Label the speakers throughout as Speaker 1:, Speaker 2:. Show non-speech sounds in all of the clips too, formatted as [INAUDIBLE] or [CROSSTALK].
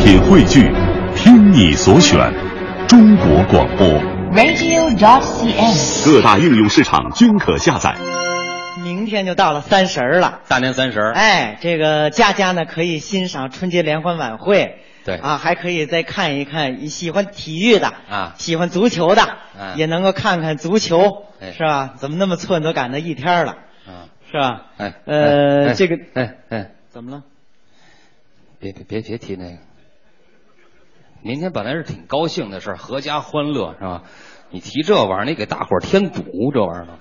Speaker 1: 品汇聚，听你所选，中国广播。
Speaker 2: radio.cn。
Speaker 1: 各大应用市场均可下载。
Speaker 3: 明天就到了三十儿了，
Speaker 4: 大年三十儿，
Speaker 3: 哎，这个家家呢可以欣赏春节联欢晚会，
Speaker 4: 对
Speaker 3: 啊，还可以再看一看喜欢体育的
Speaker 4: 啊
Speaker 3: 喜欢足球的，
Speaker 4: 嗯
Speaker 3: 也能够看看足球，
Speaker 4: 哎
Speaker 3: 是吧？怎么那么寸都赶到一天儿了，
Speaker 4: 啊，
Speaker 3: 是吧？
Speaker 4: 哎，
Speaker 3: 呃，
Speaker 4: 哎
Speaker 3: 这个
Speaker 4: 哎哎，
Speaker 3: 怎么了？
Speaker 4: 别别别别提那个，明天本来是挺高兴的事儿，阖家欢乐是吧？你提这玩意儿，你给大伙儿添堵，这玩意儿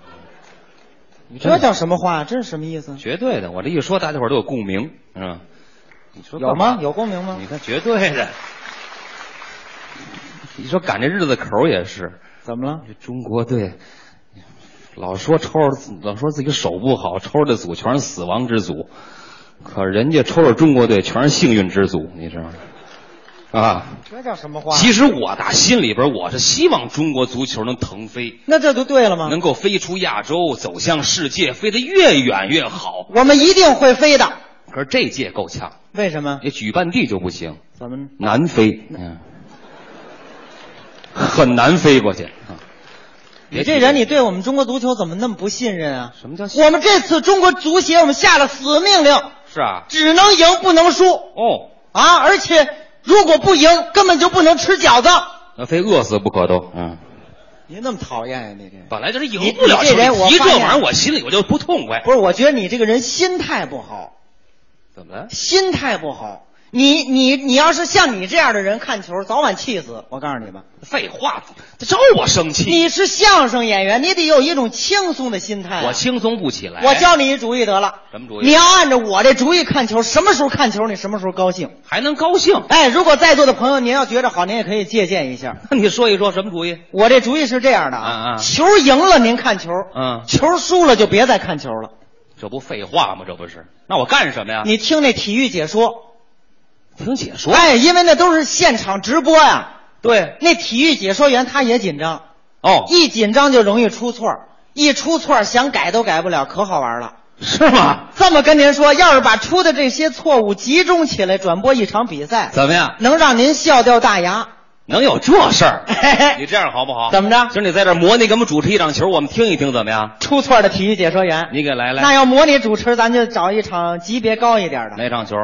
Speaker 3: 你这叫什么话？哎这是什么意思？
Speaker 4: 绝对的，我这一说，大家伙儿都有共鸣，是吧？你说
Speaker 3: 有
Speaker 4: 干嘛
Speaker 3: 吗？有共鸣吗
Speaker 4: 你？看，绝对的。你说赶这日子口儿也是，
Speaker 3: 怎么了？
Speaker 4: 这中国队老说抽着老说自己手不好，抽着组全是死亡之组，可人家抽着中国队全是幸运之组，你知道吗？啊，
Speaker 3: 这叫什么话？
Speaker 4: 其实我打心里边我是希望中国足球能腾飞，
Speaker 3: 那这就对了吗
Speaker 4: 能？够飞出亚洲，走向世界，飞得越远越好。
Speaker 3: 我们一定会飞的。
Speaker 4: 可是这届够呛，
Speaker 3: 为什么？
Speaker 4: 也举办地就不行，
Speaker 3: 怎么？
Speaker 4: 南非，嗯，很难飞过去。啊
Speaker 3: 你这人，你对我们中国足球怎么那么不信任啊？
Speaker 4: 什么叫
Speaker 3: 我们这次中国足协，我们下了死命令，
Speaker 4: 是啊？
Speaker 3: 只能赢不能输
Speaker 4: 哦，
Speaker 3: 啊！而且如果不赢，根本就不能吃饺子。
Speaker 4: 那非饿死不可都。嗯，
Speaker 3: 你那么讨厌呀、你这
Speaker 4: 本来就是赢
Speaker 3: 你
Speaker 4: 不了
Speaker 3: 你这
Speaker 4: 球，
Speaker 3: 人我
Speaker 4: 提这
Speaker 3: 发现
Speaker 4: 玩意儿我心里我就不痛快。
Speaker 3: 不是？我觉得你这个人心态不好，
Speaker 4: 怎么了？
Speaker 3: 心态不好。你你你要是像你这样的人看球，早晚气死。我告诉你吧，
Speaker 4: 废话，这招我生气，
Speaker 3: 你是相声演员，你得有一种轻松的心态啊、
Speaker 4: 我轻松不起来。
Speaker 3: 我教你一主意得了，
Speaker 4: 什么主意
Speaker 3: 你要按照我这主意看球，什么时候看球你什么时候高兴。
Speaker 4: 还能高兴。 [LAUGHS]
Speaker 3: 哎，如果在座的朋友您要觉着好，您也可以借鉴一下。
Speaker 4: 那你说一说什么主意？
Speaker 3: 我这主意是这样的啊
Speaker 4: 嗯嗯
Speaker 3: 球赢了您看球，
Speaker 4: 嗯
Speaker 3: 球输了就别再看球了。
Speaker 4: 这不废话吗？这不是？那我干什么呀？
Speaker 3: 你听那体育解说，
Speaker 4: 听解啊说。
Speaker 3: 哎，因为那都是现场直播呀。
Speaker 4: 对，
Speaker 3: 那体育解说员他也紧张，
Speaker 4: 哦，
Speaker 3: 一紧张就容易出错儿，一出错儿想改都改不了，可好玩了。
Speaker 4: 是吗？
Speaker 3: 这么跟您说，要是把出的这些错误集中起来转播一场比赛，
Speaker 4: 怎么样？
Speaker 3: 能让您笑掉大牙。
Speaker 4: 能有这事儿？你这样好不好？
Speaker 3: 怎么着
Speaker 4: 今儿你在这儿模拟给我们主持一场球，我们听一听怎么样？
Speaker 3: 出错的体育解说员，
Speaker 4: 你给来
Speaker 3: 那
Speaker 4: 来
Speaker 3: 要模拟主持，咱就找一场级别高一点的。
Speaker 4: 哪场球？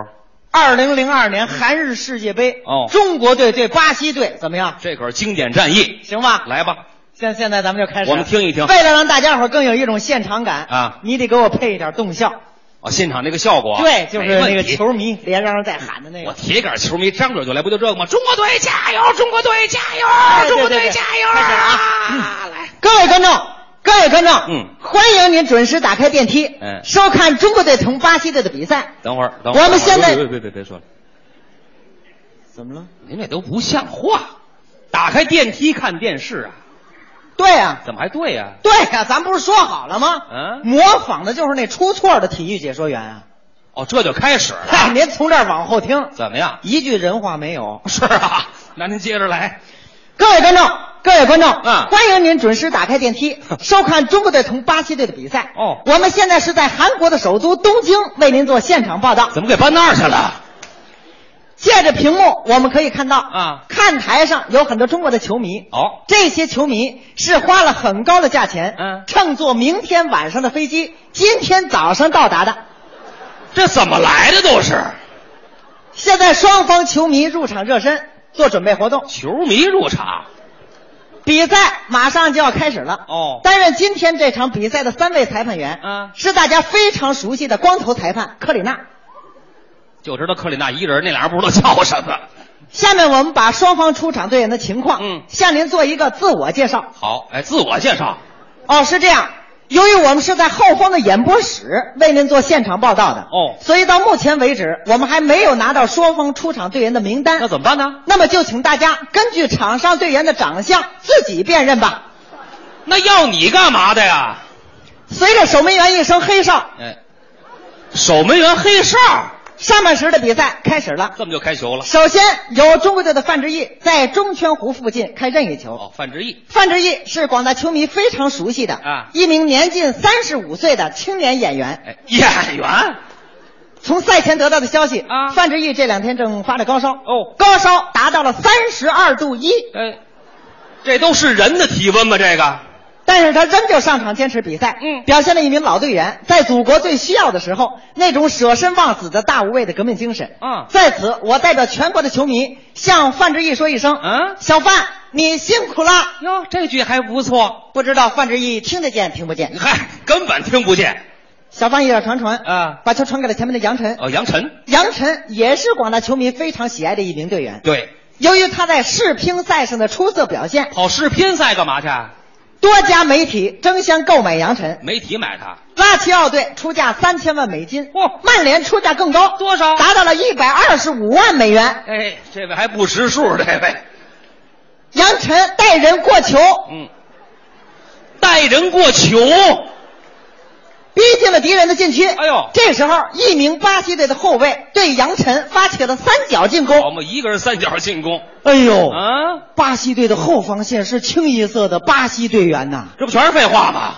Speaker 3: 二零零二年韩日世界杯，
Speaker 4: 哦
Speaker 3: 中国队对巴西队，怎么样？
Speaker 4: 这可是经典战役，
Speaker 3: 行吧，
Speaker 4: 来吧，
Speaker 3: 现现在咱们就开始，
Speaker 4: 我们听一听
Speaker 3: 为了让大家伙儿更有一种现场感
Speaker 4: 啊
Speaker 3: 你得给我配一点动效。
Speaker 4: 哦，现场那个效果，
Speaker 3: 对，就是
Speaker 4: 没问
Speaker 3: 那个
Speaker 4: 题
Speaker 3: 球迷连嚷带喊的那
Speaker 4: 我
Speaker 3: 个。
Speaker 4: 铁杆球迷张嘴就来，不就这个吗？中国队加油！中国队加油！
Speaker 3: 哎对对对
Speaker 4: 中国队加油！
Speaker 3: 开始嗯
Speaker 4: 啊！来，
Speaker 3: 各位观众，各位观众，
Speaker 4: 嗯
Speaker 3: 欢迎您准时打开电梯，
Speaker 4: 嗯
Speaker 3: 收看中国队同巴西队的比赛。
Speaker 4: 等会儿，等啊会儿，
Speaker 3: 我们现在
Speaker 4: 别别别别说了，
Speaker 3: 怎么了？
Speaker 4: 你们这都不像话！打开电梯看电视啊，
Speaker 3: 对啊，
Speaker 4: 怎么还对呀、
Speaker 3: 对呀、咱不是说好了吗？
Speaker 4: 嗯
Speaker 3: 模仿的就是那出错的体育解说员啊！
Speaker 4: 哦，这就开始
Speaker 3: 嗨，
Speaker 4: 了，
Speaker 3: 您从这儿往后听，
Speaker 4: 怎么样？
Speaker 3: 一句人话没有。
Speaker 4: 是啊，那您接着来。
Speaker 3: 各位观众，各位观众，
Speaker 4: 嗯
Speaker 3: 欢迎您准时打开电
Speaker 4: [LAUGHS]
Speaker 3: 梯，收看中国队同巴西队的比赛。
Speaker 4: 哦
Speaker 3: 我们现在是在韩国的首都东京为您做现场报道。
Speaker 4: 怎么给搬那儿去了？
Speaker 3: 借着屏幕，我们可以看到
Speaker 4: 啊
Speaker 3: 看台上有很多中国的球迷。
Speaker 4: 哦，
Speaker 3: 这些球迷是花了很高的价钱，
Speaker 4: 嗯
Speaker 3: 乘坐明天晚上的飞机，今天早上到达的。
Speaker 4: 这怎么来的都是
Speaker 3: 现在双方球迷入场热身，做准备活动。
Speaker 4: 球迷入场
Speaker 3: 比赛马上就要开始了。
Speaker 4: 哦
Speaker 3: 担任今天这场比赛的三位裁判员，
Speaker 4: 啊
Speaker 3: 是大家非常熟悉的光头裁判克里纳。
Speaker 4: 就知道克里纳一人，那俩人不知道叫什么。
Speaker 3: 下面我们把双方出场队员的情况，
Speaker 4: 嗯
Speaker 3: 向您做一个自我介绍。
Speaker 4: 好，哎，自我介绍。
Speaker 3: 哦，是这样。由于我们是在后方的演播室为您做现场报道的，
Speaker 4: 哦
Speaker 3: 所以到目前为止，我们还没有拿到双方出场队员的名单。
Speaker 4: 那怎么办呢？
Speaker 3: 那么就请大家根据场上队员的长相自己辨认吧。
Speaker 4: 那要你干嘛的呀？
Speaker 3: 随着守门员一声黑哨，
Speaker 4: 哎，守门员黑哨，
Speaker 3: 上半时的比赛开始了。
Speaker 4: 这么就开球了。
Speaker 3: 首先由中国队的范志毅在中圈湖附近开任意球。
Speaker 4: 哦，范志毅，
Speaker 3: 范志毅是广大球迷非常熟悉的
Speaker 4: 啊
Speaker 3: 一名年近三十五岁的青年演员。
Speaker 4: 哎，演员，
Speaker 3: 从赛前得到的消息
Speaker 4: 啊
Speaker 3: 范志毅这两天正发着高烧
Speaker 4: 哦
Speaker 3: 高烧达到了三十二度一，
Speaker 4: 哎，这都是人的体温吗？这个啊
Speaker 3: 但是他仍旧上场坚持比赛，
Speaker 4: 嗯
Speaker 3: 表现了一名老队员在祖国最需要的时候那种舍身忘死的大无畏的革命精神。
Speaker 4: 啊
Speaker 3: 在此我代表全国的球迷向范志毅说一声，
Speaker 4: 啊
Speaker 3: 小范你辛苦啦！
Speaker 4: 哟，这句还不错。
Speaker 3: 不知道范志毅听得见听不见？
Speaker 4: 嗨，根本听不见。
Speaker 3: 小范一点传传
Speaker 4: 啊
Speaker 3: 把球传给了前面的杨晨。
Speaker 4: 哦，杨晨，
Speaker 3: 杨晨也是广大球迷非常喜爱的一名队员。
Speaker 4: 对，
Speaker 3: 由于他在世乒赛上的出色表现，
Speaker 4: 跑世乒赛干嘛去？啊
Speaker 3: 多家媒体争相购买杨晨。
Speaker 4: 媒体买他
Speaker 3: 拉齐奥队出价三千万美金，
Speaker 4: 哦
Speaker 3: 曼联出价更高，
Speaker 4: 多少
Speaker 3: 达到了一百二十五万美元。
Speaker 4: 哎，这位还不识数，这位，
Speaker 3: 杨晨带人过球，
Speaker 4: 嗯，带人过球，
Speaker 3: 逼近了敌人的禁区。
Speaker 4: 哎呦
Speaker 3: 这时候，一名巴西队的后卫对杨晨发起了三角进
Speaker 4: 我
Speaker 3: 攻。
Speaker 4: 们一个人三角进攻
Speaker 3: 哎呦，
Speaker 4: 啊，
Speaker 3: 巴西队的后防线是清一色的巴西队员呐。
Speaker 4: 这不全是废话吗？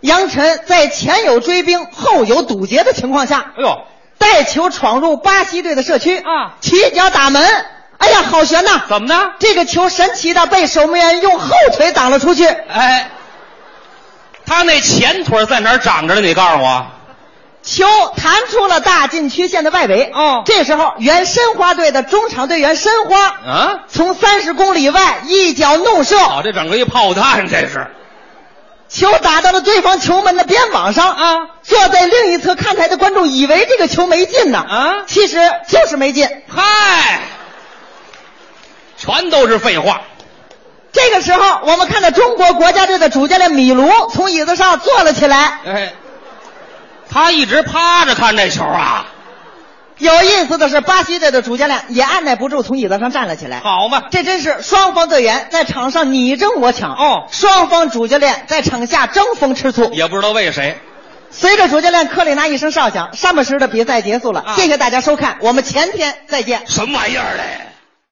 Speaker 3: 杨晨在前有追兵、后有堵截的情况下，
Speaker 4: 哎呦，
Speaker 3: 带球闯入巴西队的社区
Speaker 4: 啊
Speaker 3: 起脚打门。哎呀，好悬呐！
Speaker 4: 怎么呢？
Speaker 3: 这个球神奇的被守门员用后腿挡了出去。
Speaker 4: 哎，他那前腿在哪儿长着呢？你告诉我。
Speaker 3: 球弹出了大禁区线的外围。
Speaker 4: 哦
Speaker 3: 这时候原申花队的中场队员申花
Speaker 4: 啊，哦
Speaker 3: 从三十公里外一脚怒射，
Speaker 4: 好，这整个一炮弹，这是
Speaker 3: 球打到了对方球门的边网上。
Speaker 4: 啊
Speaker 3: 坐在另一侧看台的观众以为这个球没进呢，
Speaker 4: 啊
Speaker 3: 其实就是没进。
Speaker 4: 嗨，全都是废话。
Speaker 3: 这个时候，我们看到中国国家队的主教练米卢从椅子上坐了起来。
Speaker 4: 哎，他一直趴着看这球啊，
Speaker 3: 有意思的是，巴西队的主教练也按耐不住从椅子上站了起来。
Speaker 4: 好 [LAUGHS] 嘛，
Speaker 3: 这真是双方队员在场上你争我抢
Speaker 4: 哦
Speaker 3: 双方主教练在场下争风吃醋。
Speaker 4: 也不知道为谁。
Speaker 3: 随着主教练克里纳一声哨响，山本石的比赛结束了。
Speaker 4: 啊
Speaker 3: 谢谢大家收看，我们前天再见。
Speaker 4: 什么玩意儿嘞？